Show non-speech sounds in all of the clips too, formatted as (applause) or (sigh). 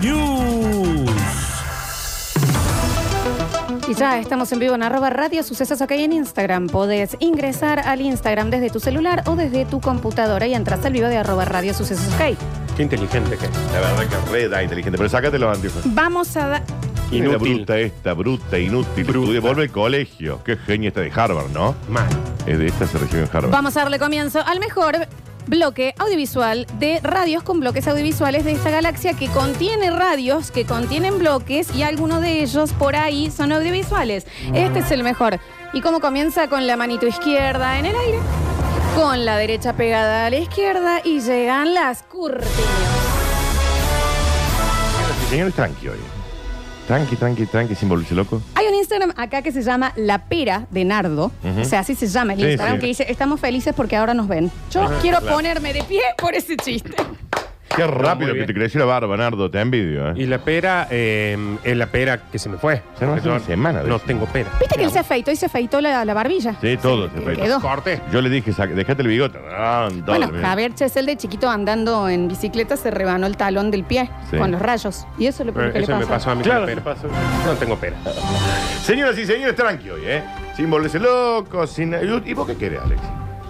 News. Y ya estamos en vivo en arroba radio sucesos ok en Instagram. Podés ingresar al Instagram desde tu celular o desde tu computadora y entras al vivo de arroba radio sucesos ok. Qué inteligente que es. La verdad que reda inteligente. Pero sácate los anteojos. (laughs) Vamos a dar... La Inútil. bruta esta, bruta, inútil. Estudia, vuelve al colegio. Qué genio esta de Harvard, ¿no? Mal. Es de esta se recibió en Harvard. Vamos a darle comienzo al mejor bloque audiovisual de radios con bloques audiovisuales de esta galaxia que contiene radios, que contienen bloques y algunos de ellos por ahí son audiovisuales. Este es el mejor. ¿Y cómo comienza? Con la manito izquierda en el aire, con la derecha pegada a la izquierda y llegan las curtinas. Sí, Señores, tranqui hoy. Tranqui, tranqui, tranqui, sin volverse loco. Hay un Instagram acá que se llama La Pera de Nardo. Ujú. O sea, así se llama el Sí, Instagram, sí. que dice, estamos felices porque ahora nos ven. Yo quiero claro. ponerme de pie por ese (laughs) chiste. Qué muy rápido que bien. te creció la barba, Nardo. Te envidio, Y ¿eh? la pera eh, es la pera que se me fue. Se me hace una Yo semana de No eso. tengo pera. Viste que él se afeitó y se afeitó la, la barbilla. Sí, todo se quedó. afeitó. Corte. Yo le dije, saca- dejate el bigote. Ah, todo Bueno, el bigote. Javier Chesel de chiquito andando en bicicleta se rebanó el talón del pie Sí. con los rayos. Y eso es lo primero Pero que le Eso pasó. me pasó a mí. Claro, con la me pasó. No tengo pera. Señoras y señores, tranqui hoy, ¿eh? Sin volverse loco, sin... ¿Y vos qué querés, Alex?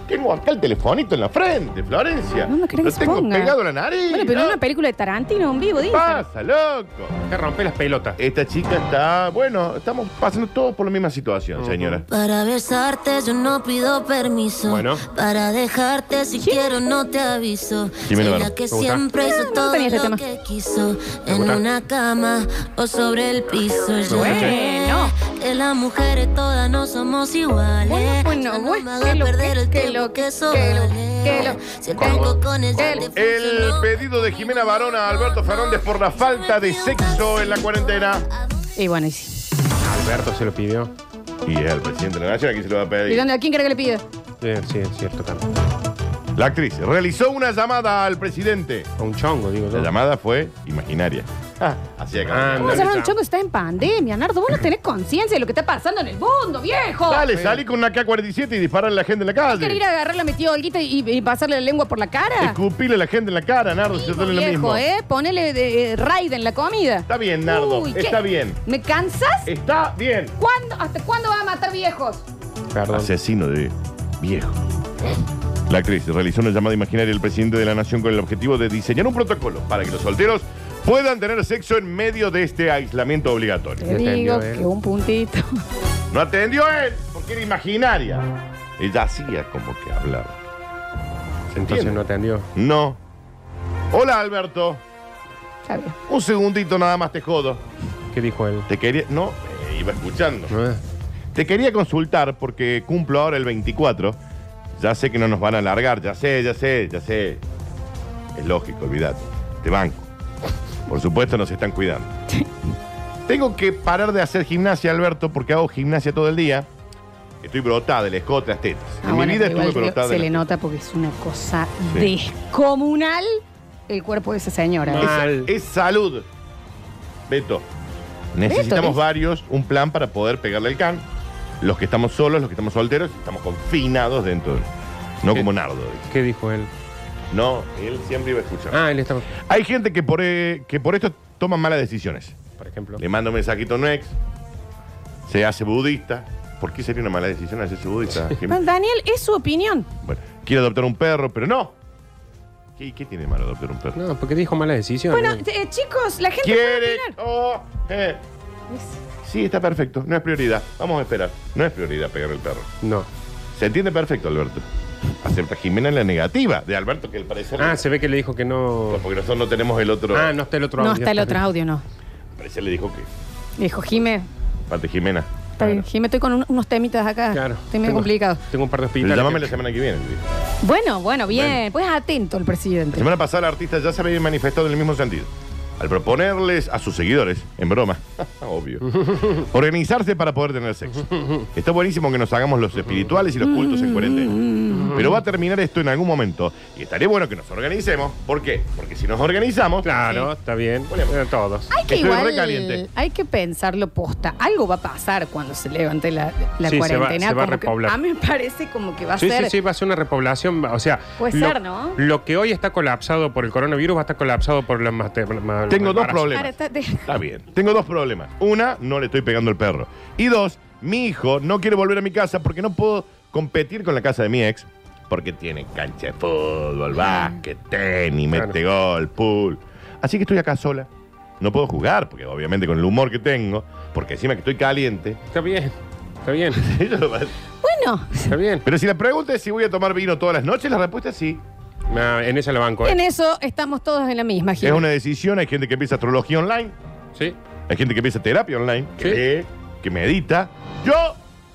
Tengo acá el telefonito en la frente, Florencia. No me querés que Lo se tengo ponga. pegado a la nariz. Bueno, pero ¿no? en una película de Tarantino, un vivo, dice. Pasa, loco. Te rompe las pelotas. Esta chica está, bueno, estamos pasando todos por la misma situación, señora. Para besarte yo no pido permiso. Bueno. Para dejarte si quiero no te aviso. Jimena Soy Barón. la que ¿Te gusta? siempre hizo no todo tenía este lo tema. que quiso. En gusta? una cama o sobre el piso. Yo gusta, sé Bueno. que las mujeres todas no somos iguales. Bueno, bueno, Ya no bueno, me que hagas lo, perder el que tiempo lo, que eso que lo, vale. que lo. Si el ¿Cómo? tango con ella El- te El funcionó, pedido de Jimena Barón a Alberto Fernández por la falta de sexo en la cuarentena. Y bueno, y sí. Alberto se lo pidió. Y es el presidente de la nación, aquí se lo va a ¿Y pedir. dónde, a quién cree que le pide? Eh, sí, es cierto también. La actriz realizó una llamada al presidente. A un chongo, digo yo. La llamada fue imaginaria. Ah, así de claro. ¿Cómo se Dale, llama un ya. chongo? Estás en pandemia, Nardo. Vos no tenés conciencia de lo que está pasando en el mundo, viejo. Dale, salí con una K-47 y dispararle a la gente en la ¿Querés ir a calle. agarrar la metida Olguita y, y pasarle la lengua por la cara? Escupile a la gente en la cara, Nardo, si te duele lo viejo, mismo. ¿eh? Ponele de, eh, raid en la comida. Está bien, Nardo, Uy, ¿qué? está bien. ¿Me cansas? Está bien. ¿Cuándo, ¿Hasta cuándo vas a matar viejos? Perdón. asesino de viejo. La actriz realizó una llamada imaginaria al presidente de la nación con el objetivo de diseñar un protocolo para que los solteros puedan tener sexo en medio de este aislamiento obligatorio. Te digo entendió, ¿eh? que un puntito. (laughs) No atendió él porque era imaginaria. Ella hacía como que hablaba. Entonces no atendió. No. Hola Alberto. Está bien. Un segundito nada más te jodo. ¿Qué dijo él? Te quería. No, eh, iba escuchando. ¿No es? Te quería consultar porque cumplo ahora el 24. Ya sé que no nos van a alargar, ya sé, ya sé, ya sé. Es lógico, olvídate. Te banco. Por supuesto nos están cuidando. Tengo que parar de hacer gimnasia, Alberto, porque hago gimnasia todo el día. Estoy brotada del escote a las tetas. Ah, en bueno, mi vida pero igual estuve digo, brotada. se de le las- nota porque es una cosa Sí. descomunal el cuerpo de esa señora. ¿eh? Mal. Es salud. Beto. Necesitamos ¿viste? varios, un plan para poder pegarle el can. Los que estamos solos, los que estamos solteros, estamos confinados dentro. de- No Sí. como Nardo. dice. ¿Qué dijo él? No, él siempre iba a escuchar. Ah, él estaba. Hay gente que por, eh, que por esto toma malas decisiones. Por ejemplo. Le manda un mensajito a un ex, se hace budista. ¿Por qué sería una mala decisión hacerse budista? Jimé? Bueno, Daniel, es su opinión. bueno, quiere adoptar un perro, pero no. ¿Qué, qué tiene de malo adoptar un perro? No, porque dijo mala decisión. Bueno, eh. eh, chicos, (laughs) la gente Quiere. puede opinar. oh, eh. Sí, está perfecto. No es prioridad. Vamos a esperar. No es prioridad pegar el perro. No. Se entiende perfecto, Alberto. Acepta Jimena la negativa de Alberto, que al parecer. Ah, se ve que le dijo que no. porque nosotros no tenemos el otro. Ah, no está el otro No audio. está el otro audio, no. Al parecer le dijo que. Dijo Jime. Parte Jimena. Está bien, Jime, estoy con un- unos temitas acá. Claro. Estoy medio complicado. Tengo un par de Pero hospitales. llámame la que- semana que viene. le dije. Bueno, bueno, bien. Bueno. Pues atento el La presidente. semana pasada el artista ya se había manifestado en el mismo sentido, al proponerles a sus seguidores, en broma, (laughs) (laughs) Obvio. Organizarse para poder tener sexo. Está buenísimo que nos hagamos los espirituales y los cultos en Mm, cuarentena. Pero va a terminar esto en algún momento. Y estaría bueno que nos organicemos. ¿Por qué? Porque si nos organizamos. Claro, está bien. Ponemos. Eh, todos. Hay que Estoy igual, recaliente. hay que pensarlo posta. Algo va a pasar cuando se levante la, la Sí, se va- cuarentena. se va como a que- repoblar. a mí me parece como que va a Sí, ser. sí, sí, va a ser una repoblación. O sea, Puede lo, ser, ¿no? lo que hoy está colapsado por el coronavirus va a estar colapsado por la mate- ma- Tengo dos embarazo. problemas. Ahora está- te- Está bien. Tengo dos problemas. Una, no le estoy pegando al perro. Y dos, mi hijo no quiere volver a mi casa porque no puedo competir con la casa de mi ex. Porque tiene cancha de fútbol, básquet, tenis, Claro. mete gol, pool. Así que estoy acá sola. No puedo jugar, porque obviamente con el humor que tengo, porque encima que estoy caliente. (laughs) Está bien, está bien, Bueno, está bien. Pero si la pregunta es si voy a tomar vino todas las noches, la respuesta es sí. No, en esa la banco. ¿eh? en eso estamos todos en la misma, Gil. Es una decisión, hay gente que empieza astrología online, e- Sí. hay gente que empieza terapia online, que Sí. lee, que medita. Yo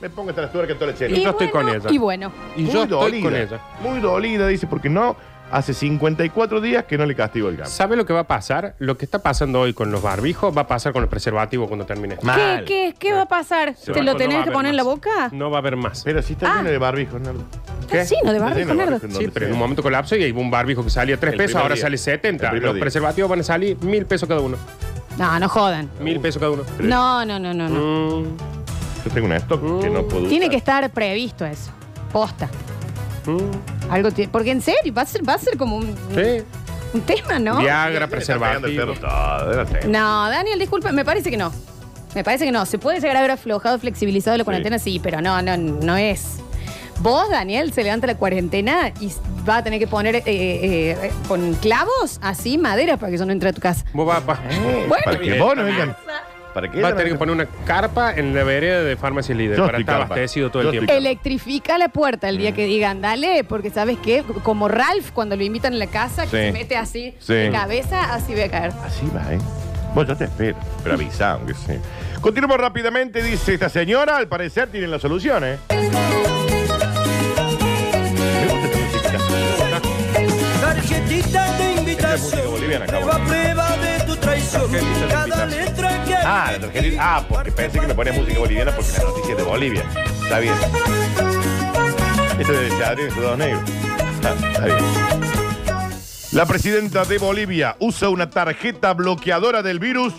me pongo hasta las tuercas todo el Y yo estoy con ella. Y bueno, Y yo estoy con ella. Muy dolida, dice, porque no, hace 54 días que no le castigo el cambio. ¿Sabe lo que va a pasar? Lo que está pasando hoy con los barbijos va a pasar con los preservativos cuando termine. ¿qué, qué, qué va a pasar? Se ¿Te va- lo no tenés va a que haber poner en la más. boca? No va a haber más. Pero si está Ah. lleno de barbijos, Nardo. Está lleno de Está barrio, lleno de Nardo. barbijos, Sí, Nardo, pero en un momento colapso y hay un barbijo que salía 3 El pesos, primer ahora día. sale 70. El Los primer día. preservativos van a salir mil pesos cada uno. No, no jodan. Mil pesos cada uno. No, no, no, no. Ah, no. Mm, Yo tengo una stock que Uh. no puedo Tiene que usar. estar previsto eso. Posta. mm, Algo ti- Porque en serio, va a ser, va a ser como un, sí. un tema, ¿no? Viagra, Le está pegando el preservativo. perro todo, no sé. No, Daniel, disculpa, me parece que no. Me parece que no. Se puede llegar a haber aflojado, flexibilizado la cuarentena, sí, pero no, no, no es. Vos, Daniel, se levanta la cuarentena y va a tener que poner eh, eh, eh, con clavos así madera para que yo no entre a tu casa. Vos va, va- Eh, Bueno, para que bien. vos no vengan. ¿Para qué? va a tener que poner una carpa en la vereda de Farmacia Líder Yo para estoy estar carpa. abastecido todo Yo el estoy tiempo. Electrifica la puerta el Mm. día que digan, dale, porque sabes qué, como Ralph cuando lo invitan a la casa, que Sí. se mete así, Sí. de cabeza, así voy a caer. Así va, ¿eh? Bueno, yo te espero. Pero avisa, aunque sea. Continuamos rápidamente, dice esta señora. Al parecer tienen la solución, ¿eh? Me gusta esta musiquita. Este Tarjetita de Esta es música invitación. boliviana, nueva cabrón. prueba de tu traición. Tarjetita de Cada invitación. letra que Ah, la tarjeta. Ah, porque pensé que me ponía música boliviana porque la noticia es de Bolivia. Está bien. Esto es de Adrián Sudados Negros. Ah, está bien. La presidenta de Bolivia usa una tarjeta bloqueadora del virus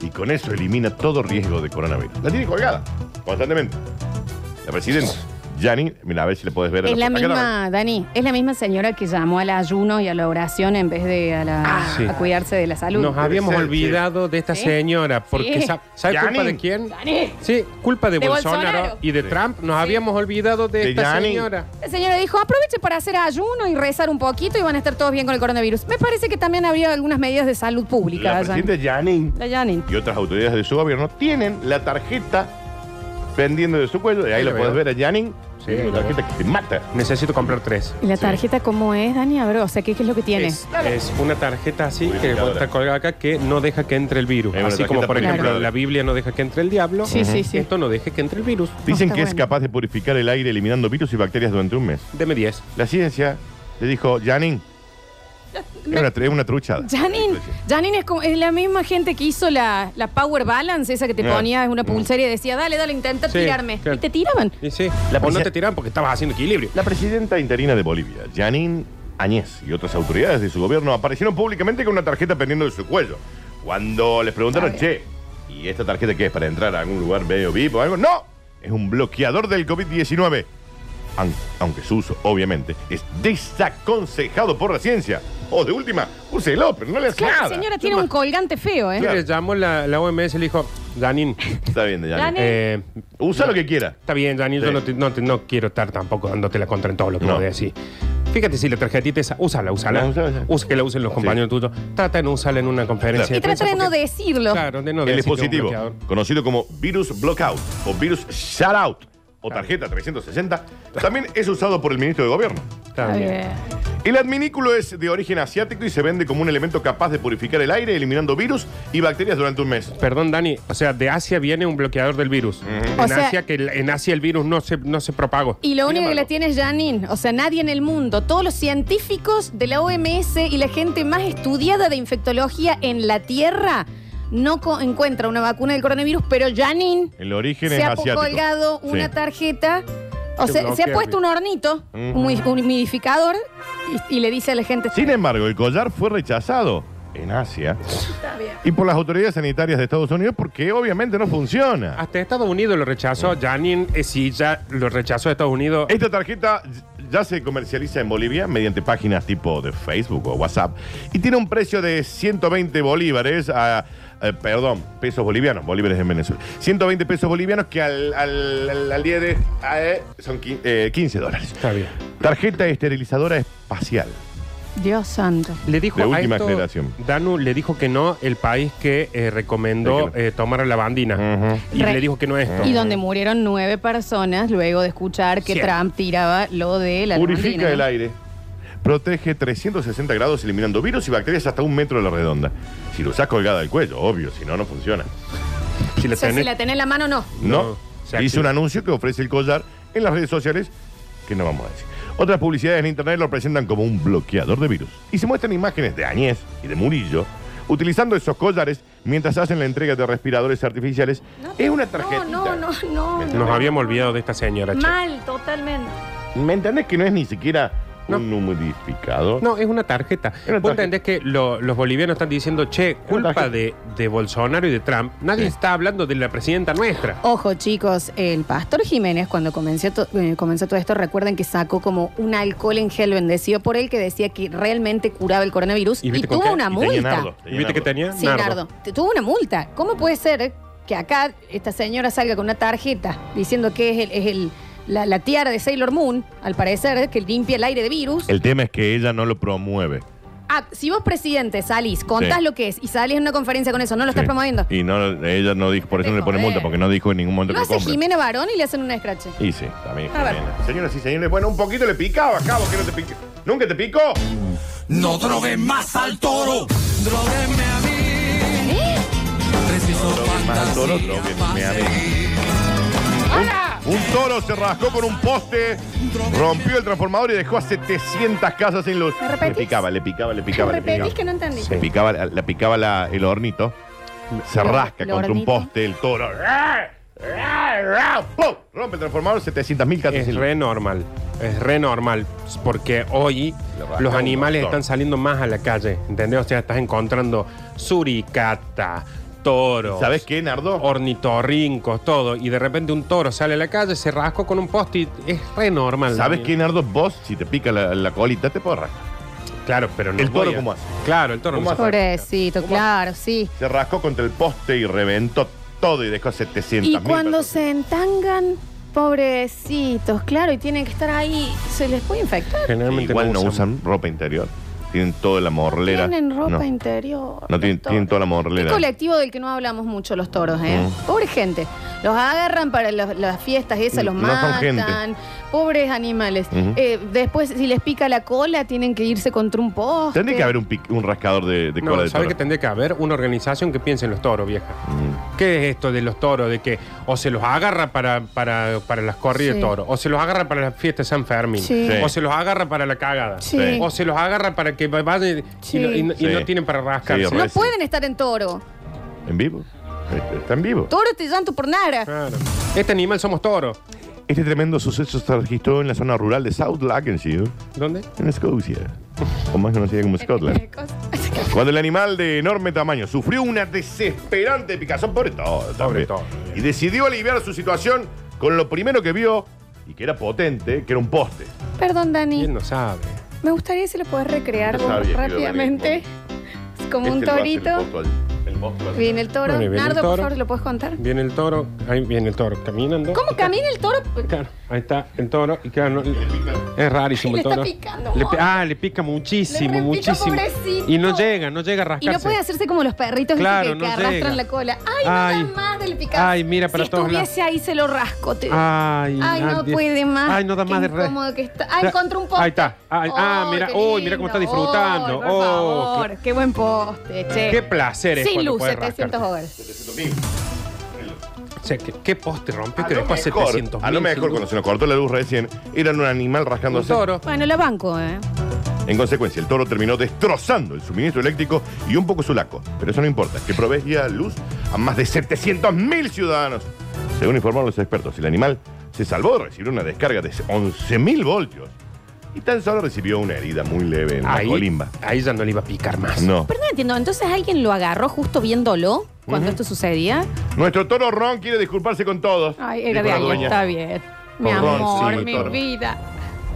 y con eso elimina todo riesgo de coronavirus. La tiene colgada constantemente. La presidenta. Yanni, mira, a ver si le podés ver. a Es la foto. Acá la misma, Dani, es la misma señora que llamó al ayuno y a la oración en vez de a, la, Ah, sí. a cuidarse de la salud. Nos habíamos ser, olvidado de esta Sí. señora porque Sí. sa- ¿sabe Yanni. culpa de quién? Dani. Sí, culpa de, De Bolsonaro, Bolsonaro. y de Sí. Trump. Nos habíamos olvidado de, De esta Yanni. señora. La señora dijo, aprovechen para hacer ayuno y rezar un poquito y van a estar todos bien con el coronavirus. Me parece que también habría algunas medidas de salud pública. La Jan. presidenta Yanni. La Janin. y otras autoridades de su gobierno tienen la tarjeta pendiendo de su cuello. Y ahí Sí, lo la podés veo. ver a Yannin. Sí, Ah, Sí, la la tarjeta que te mata. Necesito comprar tres. ¿Y la tarjeta cómo es, Dani? A ver, o sea, ¿qué, qué es lo que tiene? Es, es una tarjeta así que Purificadora. está colgada acá que no deja que entre el virus. Es una Así como, tarjeta por ejemplo, purificadora. la Biblia no deja que entre el diablo. Sí, sí, sí. Esto no deja que entre el virus. Dicen está que es bueno. capaz de purificar el aire eliminando virus y bacterias durante un mes. Deme 10. La ciencia le dijo, Yannin, es una, es una truchada. Janin, Janin es, como- es la misma gente que hizo la, la Power Balance, esa que te Ah. ponía en una pulsera y decía, dale, dale, intenta Sí, tirarme. claro. Y te tiraban. Y sí, La o no presi- te tiran porque estabas haciendo equilibrio. La presidenta interina de Bolivia, Yanin Añez, y otras autoridades de su gobierno aparecieron públicamente con una tarjeta pendiendo de su cuello. Cuando les preguntaron, che, ¿y esta tarjeta qué es? ¿Para entrar a algún lugar medio VIP o algo? ¡No! Es un bloqueador del COVID-19. An- Aunque su uso, obviamente, es desaconsejado por la ciencia. O de última, úselo, pero no le hace Claro, nada. la señora tiene un colgante feo, ¿eh? Claro. Le llamó la, la OMS y le dijo, Janin, Está bien, Yanin. Yanin. eh, Usa lo que quiera. está bien, Janin, yo Sí. no, te- no te- no quiero estar tampoco dándote la contra en todo lo que No. voy a decir. Fíjate si la tarjetita esa, úsala, úsala. No, úsala, úsala. Usa que la usen los compañeros tuyos. Trata de no usarla en una conferencia. Y trata de prensa no porque- decirlo. Claro, de no El decir que es un dispositivo, bloqueador. conocido como virus blockout o virus shutout o tarjeta 360, también es usado por el ministro de Gobierno. Está Está bien. bien. El adminículo es de origen asiático y se vende como un elemento capaz de purificar el aire, eliminando virus y bacterias durante un mes. Perdón, Dani, o sea, de Asia viene un bloqueador del virus. En, O sea- Asia, que el- en Asia el virus no se, no se propagó. Y lo Sin único que embargo. la tiene es Janine. O sea, nadie en el mundo. Todos los científicos de la OMS y la gente más estudiada de infectología en la Tierra no co- encuentra una vacuna del coronavirus, pero Janine El origen se es ha asiático. colgado una Sí. tarjeta, o Se sea, se ha bloquea, puesto un hornito, Ujú. un humi- humidificador, y, y le dice a la gente, Sin embargo, el collar fue rechazado en Asia está bien. y por las autoridades sanitarias de Estados Unidos porque obviamente no funciona. Hasta Estados Unidos lo rechazó. Janine eh, sí, ya lo rechazó Estados Unidos. Esta tarjeta ya se comercializa en Bolivia mediante páginas tipo de Facebook o WhatsApp y tiene un precio de 120 bolívares a... eh, perdón, pesos bolivianos, bolívares en Venezuela. 120 pesos bolivianos que al, al- al- al día de... a, eh, son quin- eh, 15 dólares. Está bien. Tarjeta esterilizadora espacial. Dios santo. Le dijo De a última esto, generación. Danu le dijo que no el país que eh, recomendó Déjelo. eh, tomar la bandina. Ujú. Y Re- le dijo que no esto. Y donde murieron nueve personas luego de escuchar que Cien. Trump tiraba lo de la Purifica Argentina, el ¿no? aire. Protege 360 grados eliminando virus y bacterias hasta un metro de la redonda. Si lo usás colgada del cuello, obvio, si no, no funciona. Si O la sea, si tenés- la tenés en la mano, no. No. No, se Hizo activa. un anuncio que ofrece el collar en las redes sociales que no vamos a decir. Otras publicidades en internet lo presentan como un bloqueador de virus. Y se muestran imágenes de Añez y de Murillo utilizando esos collares mientras hacen la entrega de respiradores artificiales. es una tarjetita. No, no, no, no. Nos habíamos olvidado de esta señora. che. Mal, totalmente. ¿Me entendés que no es ni siquiera No. un humidificador? No, es una tarjeta. una Vos tarjeta. entendés que lo- los bolivianos están diciendo, che, culpa tarjeta. de, de Bolsonaro y de Trump. Nadie está hablando de la presidenta nuestra. Ojo chicos, el pastor Jiménez cuando comenzó, to- eh, comenzó todo esto, recuerden que sacó como un alcohol en gel bendecido por él que decía que realmente curaba el coronavirus ¿Y y, viste con tuvo qué? una Y tenía multa. nardo, ¿Y viste que tenía? Sí, Nardo. Te- Tuvo una multa. ¿Cómo puede ser que acá esta señora salga con una tarjeta diciendo que es, el, es el- la, la tiara de Sailor Moon, al parecer, que limpia el aire de virus? El tema es que ella no lo promueve. Ah, si vos, presidente, salís, contás Sí. lo que es y salís en una conferencia con eso, no lo Sí. estás promoviendo. Y no, ella no dijo, por eso no le pone Joder. multa, porque no dijo en ningún momento Lo que hace compre. Jimena Barón y le hacen un escrache. Y sí, también A ver. Jimena. Señoras y señores, bueno, un poquito le picaba, cabo, que no te pique. ¿Nunca te picó? No drogues más al toro, droguenme a mí. Preciso Más al toro, fantasía droguenme pa' a mí. seguir. Un toro se rascó con un poste, rompió el transformador y dejó a 700 casas sin luz. ¿Me Le repetís? picaba, le picaba, le picaba, le picaba. Repetís que no entendí. Le picaba, le picaba la- el hornito. Se Lo- rasca lo contra un hornito. poste el toro. ¡Pum! Rompe el transformador, 700 mil casas Es sin luz. re normal. Es re normal. Porque hoy Le rascamos los animales un montón. están saliendo más a la calle. ¿Entendés? O sea, estás encontrando suricata, toro. ¿Sabes qué, Nardo? Ornitorrincos, todo. Y de repente un toro sale a la calle, se rascó con un post y es re normal. ¿Sabes qué, Nardo? Vos, si te pica la, la colita, te podrás. Claro, pero no. ¿El toro voy a- cómo hace? Claro, el toro no ¿Cómo hace? se rasca. Pobrecito, claro, sí. Se rascó contra el poste y reventó todo y dejó 700 Y cuando se entangan, pobrecitos, claro, y tienen que estar ahí, se les puede infectar. Generalmente Igual no usan ropa interior. Tienen toda la morlera. Tienen ropa No. interior. No, tienen, doctor. tienen toda la Qué morlera. colectivo del que no hablamos mucho los toros, ¿eh? Mm. Pobre gente. Los agarran para los- las fiestas esas, los No son matan. gente. Pobres animales. Ujú. Eh, después, si les pica la cola, tienen que irse contra un poste. Tendría que haber un, pic- un rascador de, de cola No, de ¿sabes toro. que tendría que haber una organización que piense en los toros, vieja? Mm. ¿Qué es esto de los toros? De que o se los agarra para, para, para las corridas Sí. de toros, o se los agarra para la fiesta de San Fermín, Sí. Sí. o se los agarra para la cagada, Sí. o se los agarra para que vayan y- Sí. y, no- y no- y Sí. no tienen para rascarse. Sí, No Parece. pueden estar en toro. En vivo. Este- Está en vivo. Toro te llanto por nada. Claro. Este animal somos toros. Este tremendo suceso se registró en la zona rural de South Lancashire, ¿Dónde? en Escocia. O más conocida como Scotland. Cuando el animal de enorme tamaño sufrió una desesperante picazón, pobre todo, Pobre también, todo. y decidió aliviar su situación con lo primero que vio, y que era potente, que era un poste. (laughs) Perdón, Dani. ¿Quién no sabe? Me gustaría si lo puedes recrear Yo sabía que iba a venir rápidamente. Como un Este lo hace el torito. posto al- el posto al- Viene el toro. Bueno, y viene el Nardo, por toro. favor, ¿lo puedes contar? Viene el toro, ahí viene el toro, caminando. ¿Cómo camina el toro? Claro, ahí está el toro. Y claro, no- es rarísimo Le el toro. está picando, Le amor. ah, le pica muchísimo, Le repica, muchísimo. pobrecito. Y no llega, no llega a rascarse. Y no puede hacerse como los perritos ¿viste? Claro, que, que no arrastran llega. la cola. Ay, Ay. no da más del picante. Ay, mira para si todos lados. estuviese ahí se lo rasco. Te... Ay, Ay, no nadie- puede más. Ay, no da Qué más de re- incómodo que está. Ay, Ya- encontré Ah, un poste. Ahí está. Ay, ah, mira, qué uy, mira cómo está lindo. disfrutando. Ay, por Oh, favor, qué buen poste, che. Qué placer es Sin cuando luz, puedes 700 rascarte. hogares. O sea, ¿qué, qué poste rompiste A lo Este después mejor, 700 a lo mejor cuando se nos cortó la luz recién, era un animal Un rascándose. toro. Bueno, la banco, ¿eh? En consecuencia, el toro terminó destrozando el suministro eléctrico y un poco su laco. Pero eso no importa, que proveía luz a más de 700.000 ciudadanos. Según informaron los expertos, el animal se salvó de recibir una descarga de 11.000 voltios y tan solo recibió una herida muy leve en la Ahí, colimba. ahí ya no le iba a picar más. No. Pero no entiendo, entonces alguien lo agarró justo viéndolo cuando Ujú. esto sucedía. Nuestro toro Ron quiere disculparse con todos. Ay, era dijo de la alguien, dueña. está bien. Mi Perdón, amor, sí, mi doctor. vida.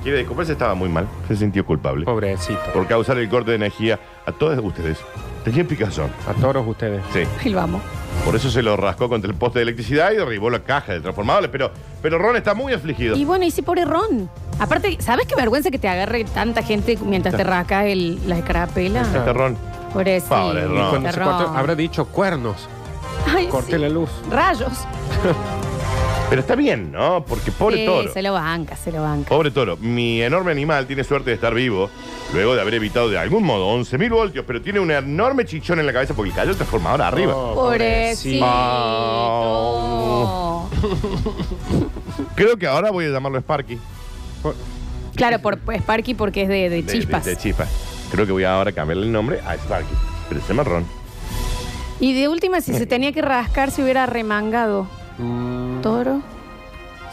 Quiere disculparse, estaba muy mal. Se sintió culpable. Pobrecito. Por causar el corte de energía a todos ustedes. Tenía picazón. A todos ustedes. Sí. Y lo amo. Por eso se lo rascó contra el poste de electricidad y derribó la caja de transformadores. Pero, pero Ron está muy afligido. Y bueno, y si pobre Ron. Aparte, ¿sabes qué vergüenza que te agarre tanta gente mientras te rasca el, la escarapela? Está Este Ron. Pobrecito. Pobre Y Ron. cuando se cortó, Ron. habrá dicho cuernos. Ay, Corté sí. la luz. Rayos. Pero está bien, ¿no? Porque pobre Sí, toro. se lo banca, se lo banca. Pobre toro. Mi enorme animal tiene suerte de estar vivo luego de haber evitado de algún modo 11.000 voltios, pero tiene un enorme chichón en la cabeza porque cayó el transformador arriba. Oh, Pobrecito. (laughs) Creo que ahora voy a llamarlo Sparky. Por- Claro, por por Sparky porque es de, de De- chispas. De, de chispas. Creo que voy ahora a cambiarle el nombre a Sparky. Pero se llama Ron. Y de última, (laughs) si se tenía que rascar, se hubiera remangado. Mm, Toro.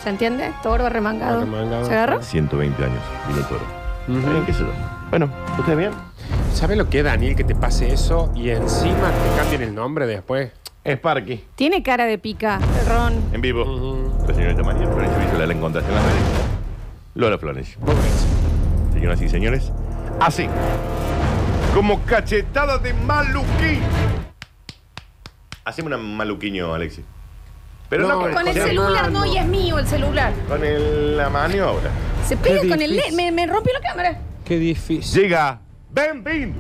¿Se entiende? Toro arremangado. Arremangado. ¿Se agarró? 120 años. Vino toro. Ujú. Está bien, qué sé yo. Bueno, ¿ustedes bien? ¿Sabes lo que es, Daniel, que te pase eso y encima te cambien el nombre después? Sparky. Tiene cara de pica, Ron. En vivo. La señorita María Florencia Villa la encontraste en las redes. Lola Flores. Pobrecito. Señoras y señores, así. Como cachetada de maluquín. Hacemos un maluquiño, Alexis. Pero no, No, Con el Con el celular, mano. no, y es mío el celular. Con el- la maniobra. Se pega Qué con el LED. difícil. Me, me rompió la cámara. Qué difícil. Llega Ben Bin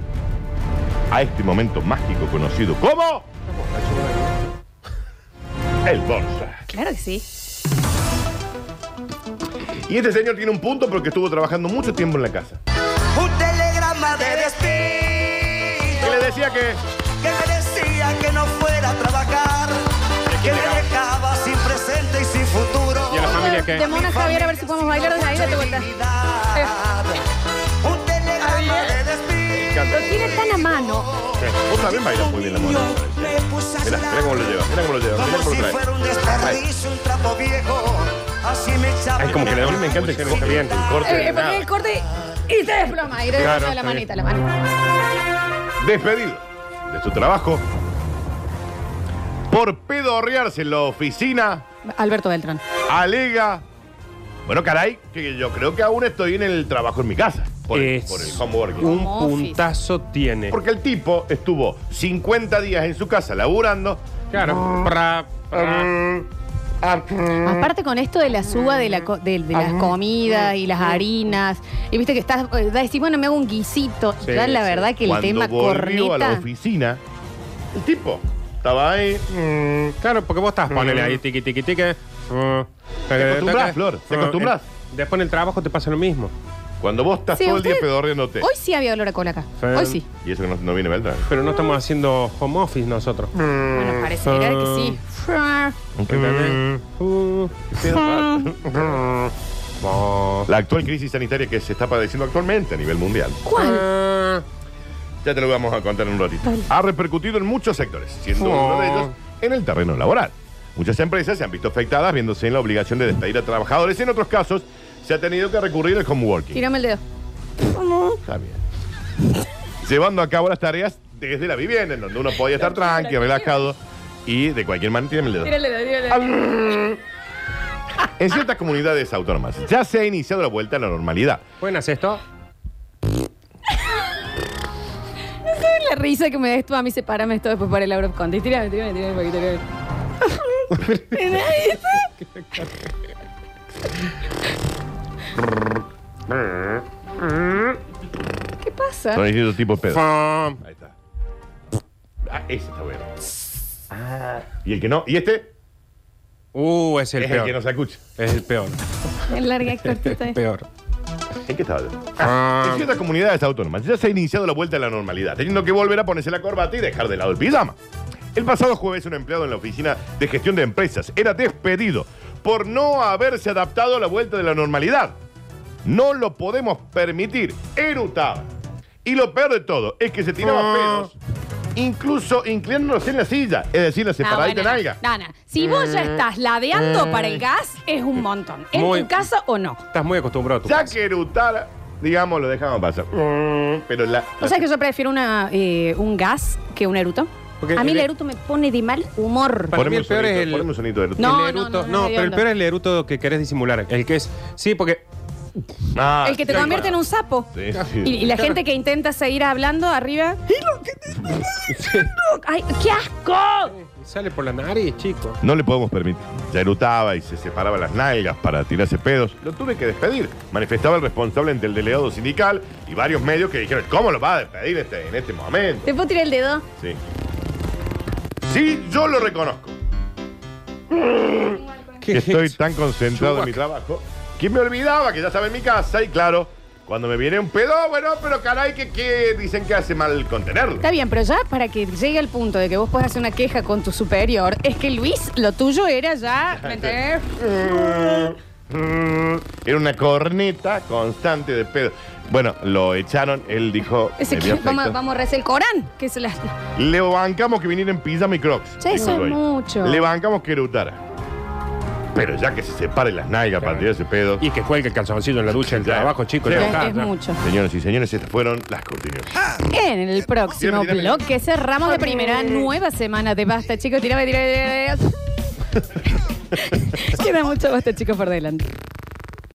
a este momento mágico conocido como el Borsa. Claro que sí. Y este señor tiene un punto porque estuvo trabajando mucho tiempo en la casa. Un telegrama de despido Que le decía que que me decía que no fuera a trabajar, que me dejaba sin presente y sin futuro. ¿Y a la familia qué? De Mona Javier, a ver si podemos bailar desde ahí. Date vuelta. Dignidad. Un telegrama de despido. Lo tiene tan a mano. vos también bailas muy bien la mona. Yo me puse a Mirá, mirá llorar cómo lo lleva, mirá cómo lo lleva, mirá Como cómo si lo trae. fuera un desperdicio, un trapo viejo. Así me echaba. Ay, como que le da- a mí me encanta que no está bien el corte. Eh, de eh, nada. porque el corte y se desploma. Y le Claro, desploma la está manita, la manita. despedido de su trabajo por pedorrearse en la oficina, Alberto Beltrán. alega. Bueno, caray, que yo creo que aún estoy en el trabajo en mi casa. Por, el- Es por el homeworking. Un Home office. puntazo tiene. Porque el tipo estuvo 50 días en su casa laburando. Claro. Pra, pra. Aparte con esto de la suba de, la co- de- de las comidas y las harinas, y viste que estás, eh, decís, bueno, me hago un guisito. Sí, ya la sí. verdad que el Cuando tema volvió a la corneta. oficina, el tipo estaba ahí. Claro, porque vos estás ponele ahí tiqui tiqui tiqui. Eh, Te acostumbrás, Flor, te acostumbrás. Después Eh, en el trabajo te pasa lo mismo. Cuando vos estás Sí, todo el día ustedes- pedorreándote. Hoy sí había olor a cola acá. Sí. Hoy sí. Y eso que no, no viene Beltrán. Pero no estamos haciendo home office nosotros. Ah, Bueno, pareciera que sí. ¿Entendés? Uh, (laughs) oh. La actual crisis sanitaria que se está padeciendo actualmente a nivel mundial. ¿Cuál? Ah, Ya te lo vamos a contar en un ratito. Ha repercutido en muchos sectores, siendo uno Oh. de ellos en el terreno laboral. Muchas empresas se han visto afectadas viéndose en la obligación de despedir a trabajadores. En otros casos, se ha tenido que recurrir al homeworking. Tírame el dedo. Está bien. Llevando a cabo las tareas desde la vivienda, en donde uno podía estar tranqui, relajado y de cualquier manera tiene el dedo. Tírale el dedo, tírale el dedo. En ciertas comunidades autónomas ya se ha iniciado la vuelta a la normalidad. Buenas, esto. La risa que me des tú a mí, sepárame esto después para el Laura Conte. Tírame, tírame, tírame un poquito. tírame. ¿Qué pasa? Son distintos tipos de pedo. Fum. Ahí está. Ah, ese está bueno. Y el que no, y este Uh, es el es el peor. que no se escucha. Es el peor. En larga y cortita. El peor. ¿En qué estaba yo? En ciertas comunidades autónomas ya se ha iniciado la vuelta a la normalidad, teniendo que volver a ponerse la corbata y dejar de lado el pijama. El pasado jueves, un empleado en la oficina de gestión de empresas era despedido por no haberse adaptado a la vuelta de la normalidad. No lo podemos permitir. Erutaba. Y lo peor de todo es que se tiraba Ah. pedos, incluso inclinándose en la silla, es decir, la No, Ah, bueno, separadita en no. alga. No, no. Si vos ya estás ladeando para el gas, es un montón. ¿En Muy- tu casa o no? Estás muy acostumbrado a tu Ya casa. que erutar, digamos, lo dejamos pasar. Mm, Pero la. O la- sea que yo prefiero una, eh, un gas que un eruto. Porque a mí el el- eruto me pone de mal humor. Para mí Poneme el un peor es sonito, el- poneme un sonido de eructar. No, el eruto, no, no, no, no, pero el no. peor es el eruto que querés disimular. El que es. Sí, porque. Ah, el que te sí, convierte en bueno. un sapo. Sí, sí. Y, y la gente que intenta seguir hablando arriba. "Y lo que te- (laughs) ¡Ay, qué asco! Sale por la nariz, chico. No le podemos permitir. Ya erutaba y se separaba las nalgas para tirarse pedos. Lo tuve que despedir. Manifestaba el responsable ante el delegado sindical y varios medios que dijeron, ¿cómo lo va a despedir este- en este momento? ¿Te puedo tirar el dedo? Sí. Sí, yo lo reconozco. Que estoy tan concentrado en mi trabajo que me olvidaba que ya estaba en mi casa y claro, cuando me viene un pedo, bueno, pero caray, que, que dicen que hace mal contenerlo. Está bien, pero ya para que llegue al punto de que vos puedas hacer una queja con tu superior, es que Luis, lo tuyo era ya. ¿Me entendés? Mm, Era una corneta constante de pedo. Bueno, lo echaron, él dijo. (laughs) Ese me que- vio vamos, afectado. vamos a rezar el Corán. Que se las. Le bancamos que viniera en pijama y crocs. Ya eso Dijo es él. mucho. Le bancamos que erutara. Pero ya que se separe las nalgas para tirar ese pedo. (laughs) Y que cuelgue el calzoncillo en la ducha, el Ya. trabajo, chico. Sí. ya Es- está, es ya. mucho. Señoras y señores, estas fueron las cortinas. En el próximo Tírame, tírame. bloque cerramos de primera nueva semana de Basta, chicos. Tirame, tirame, tirame. Queda mucho Basta, chicos, por delante.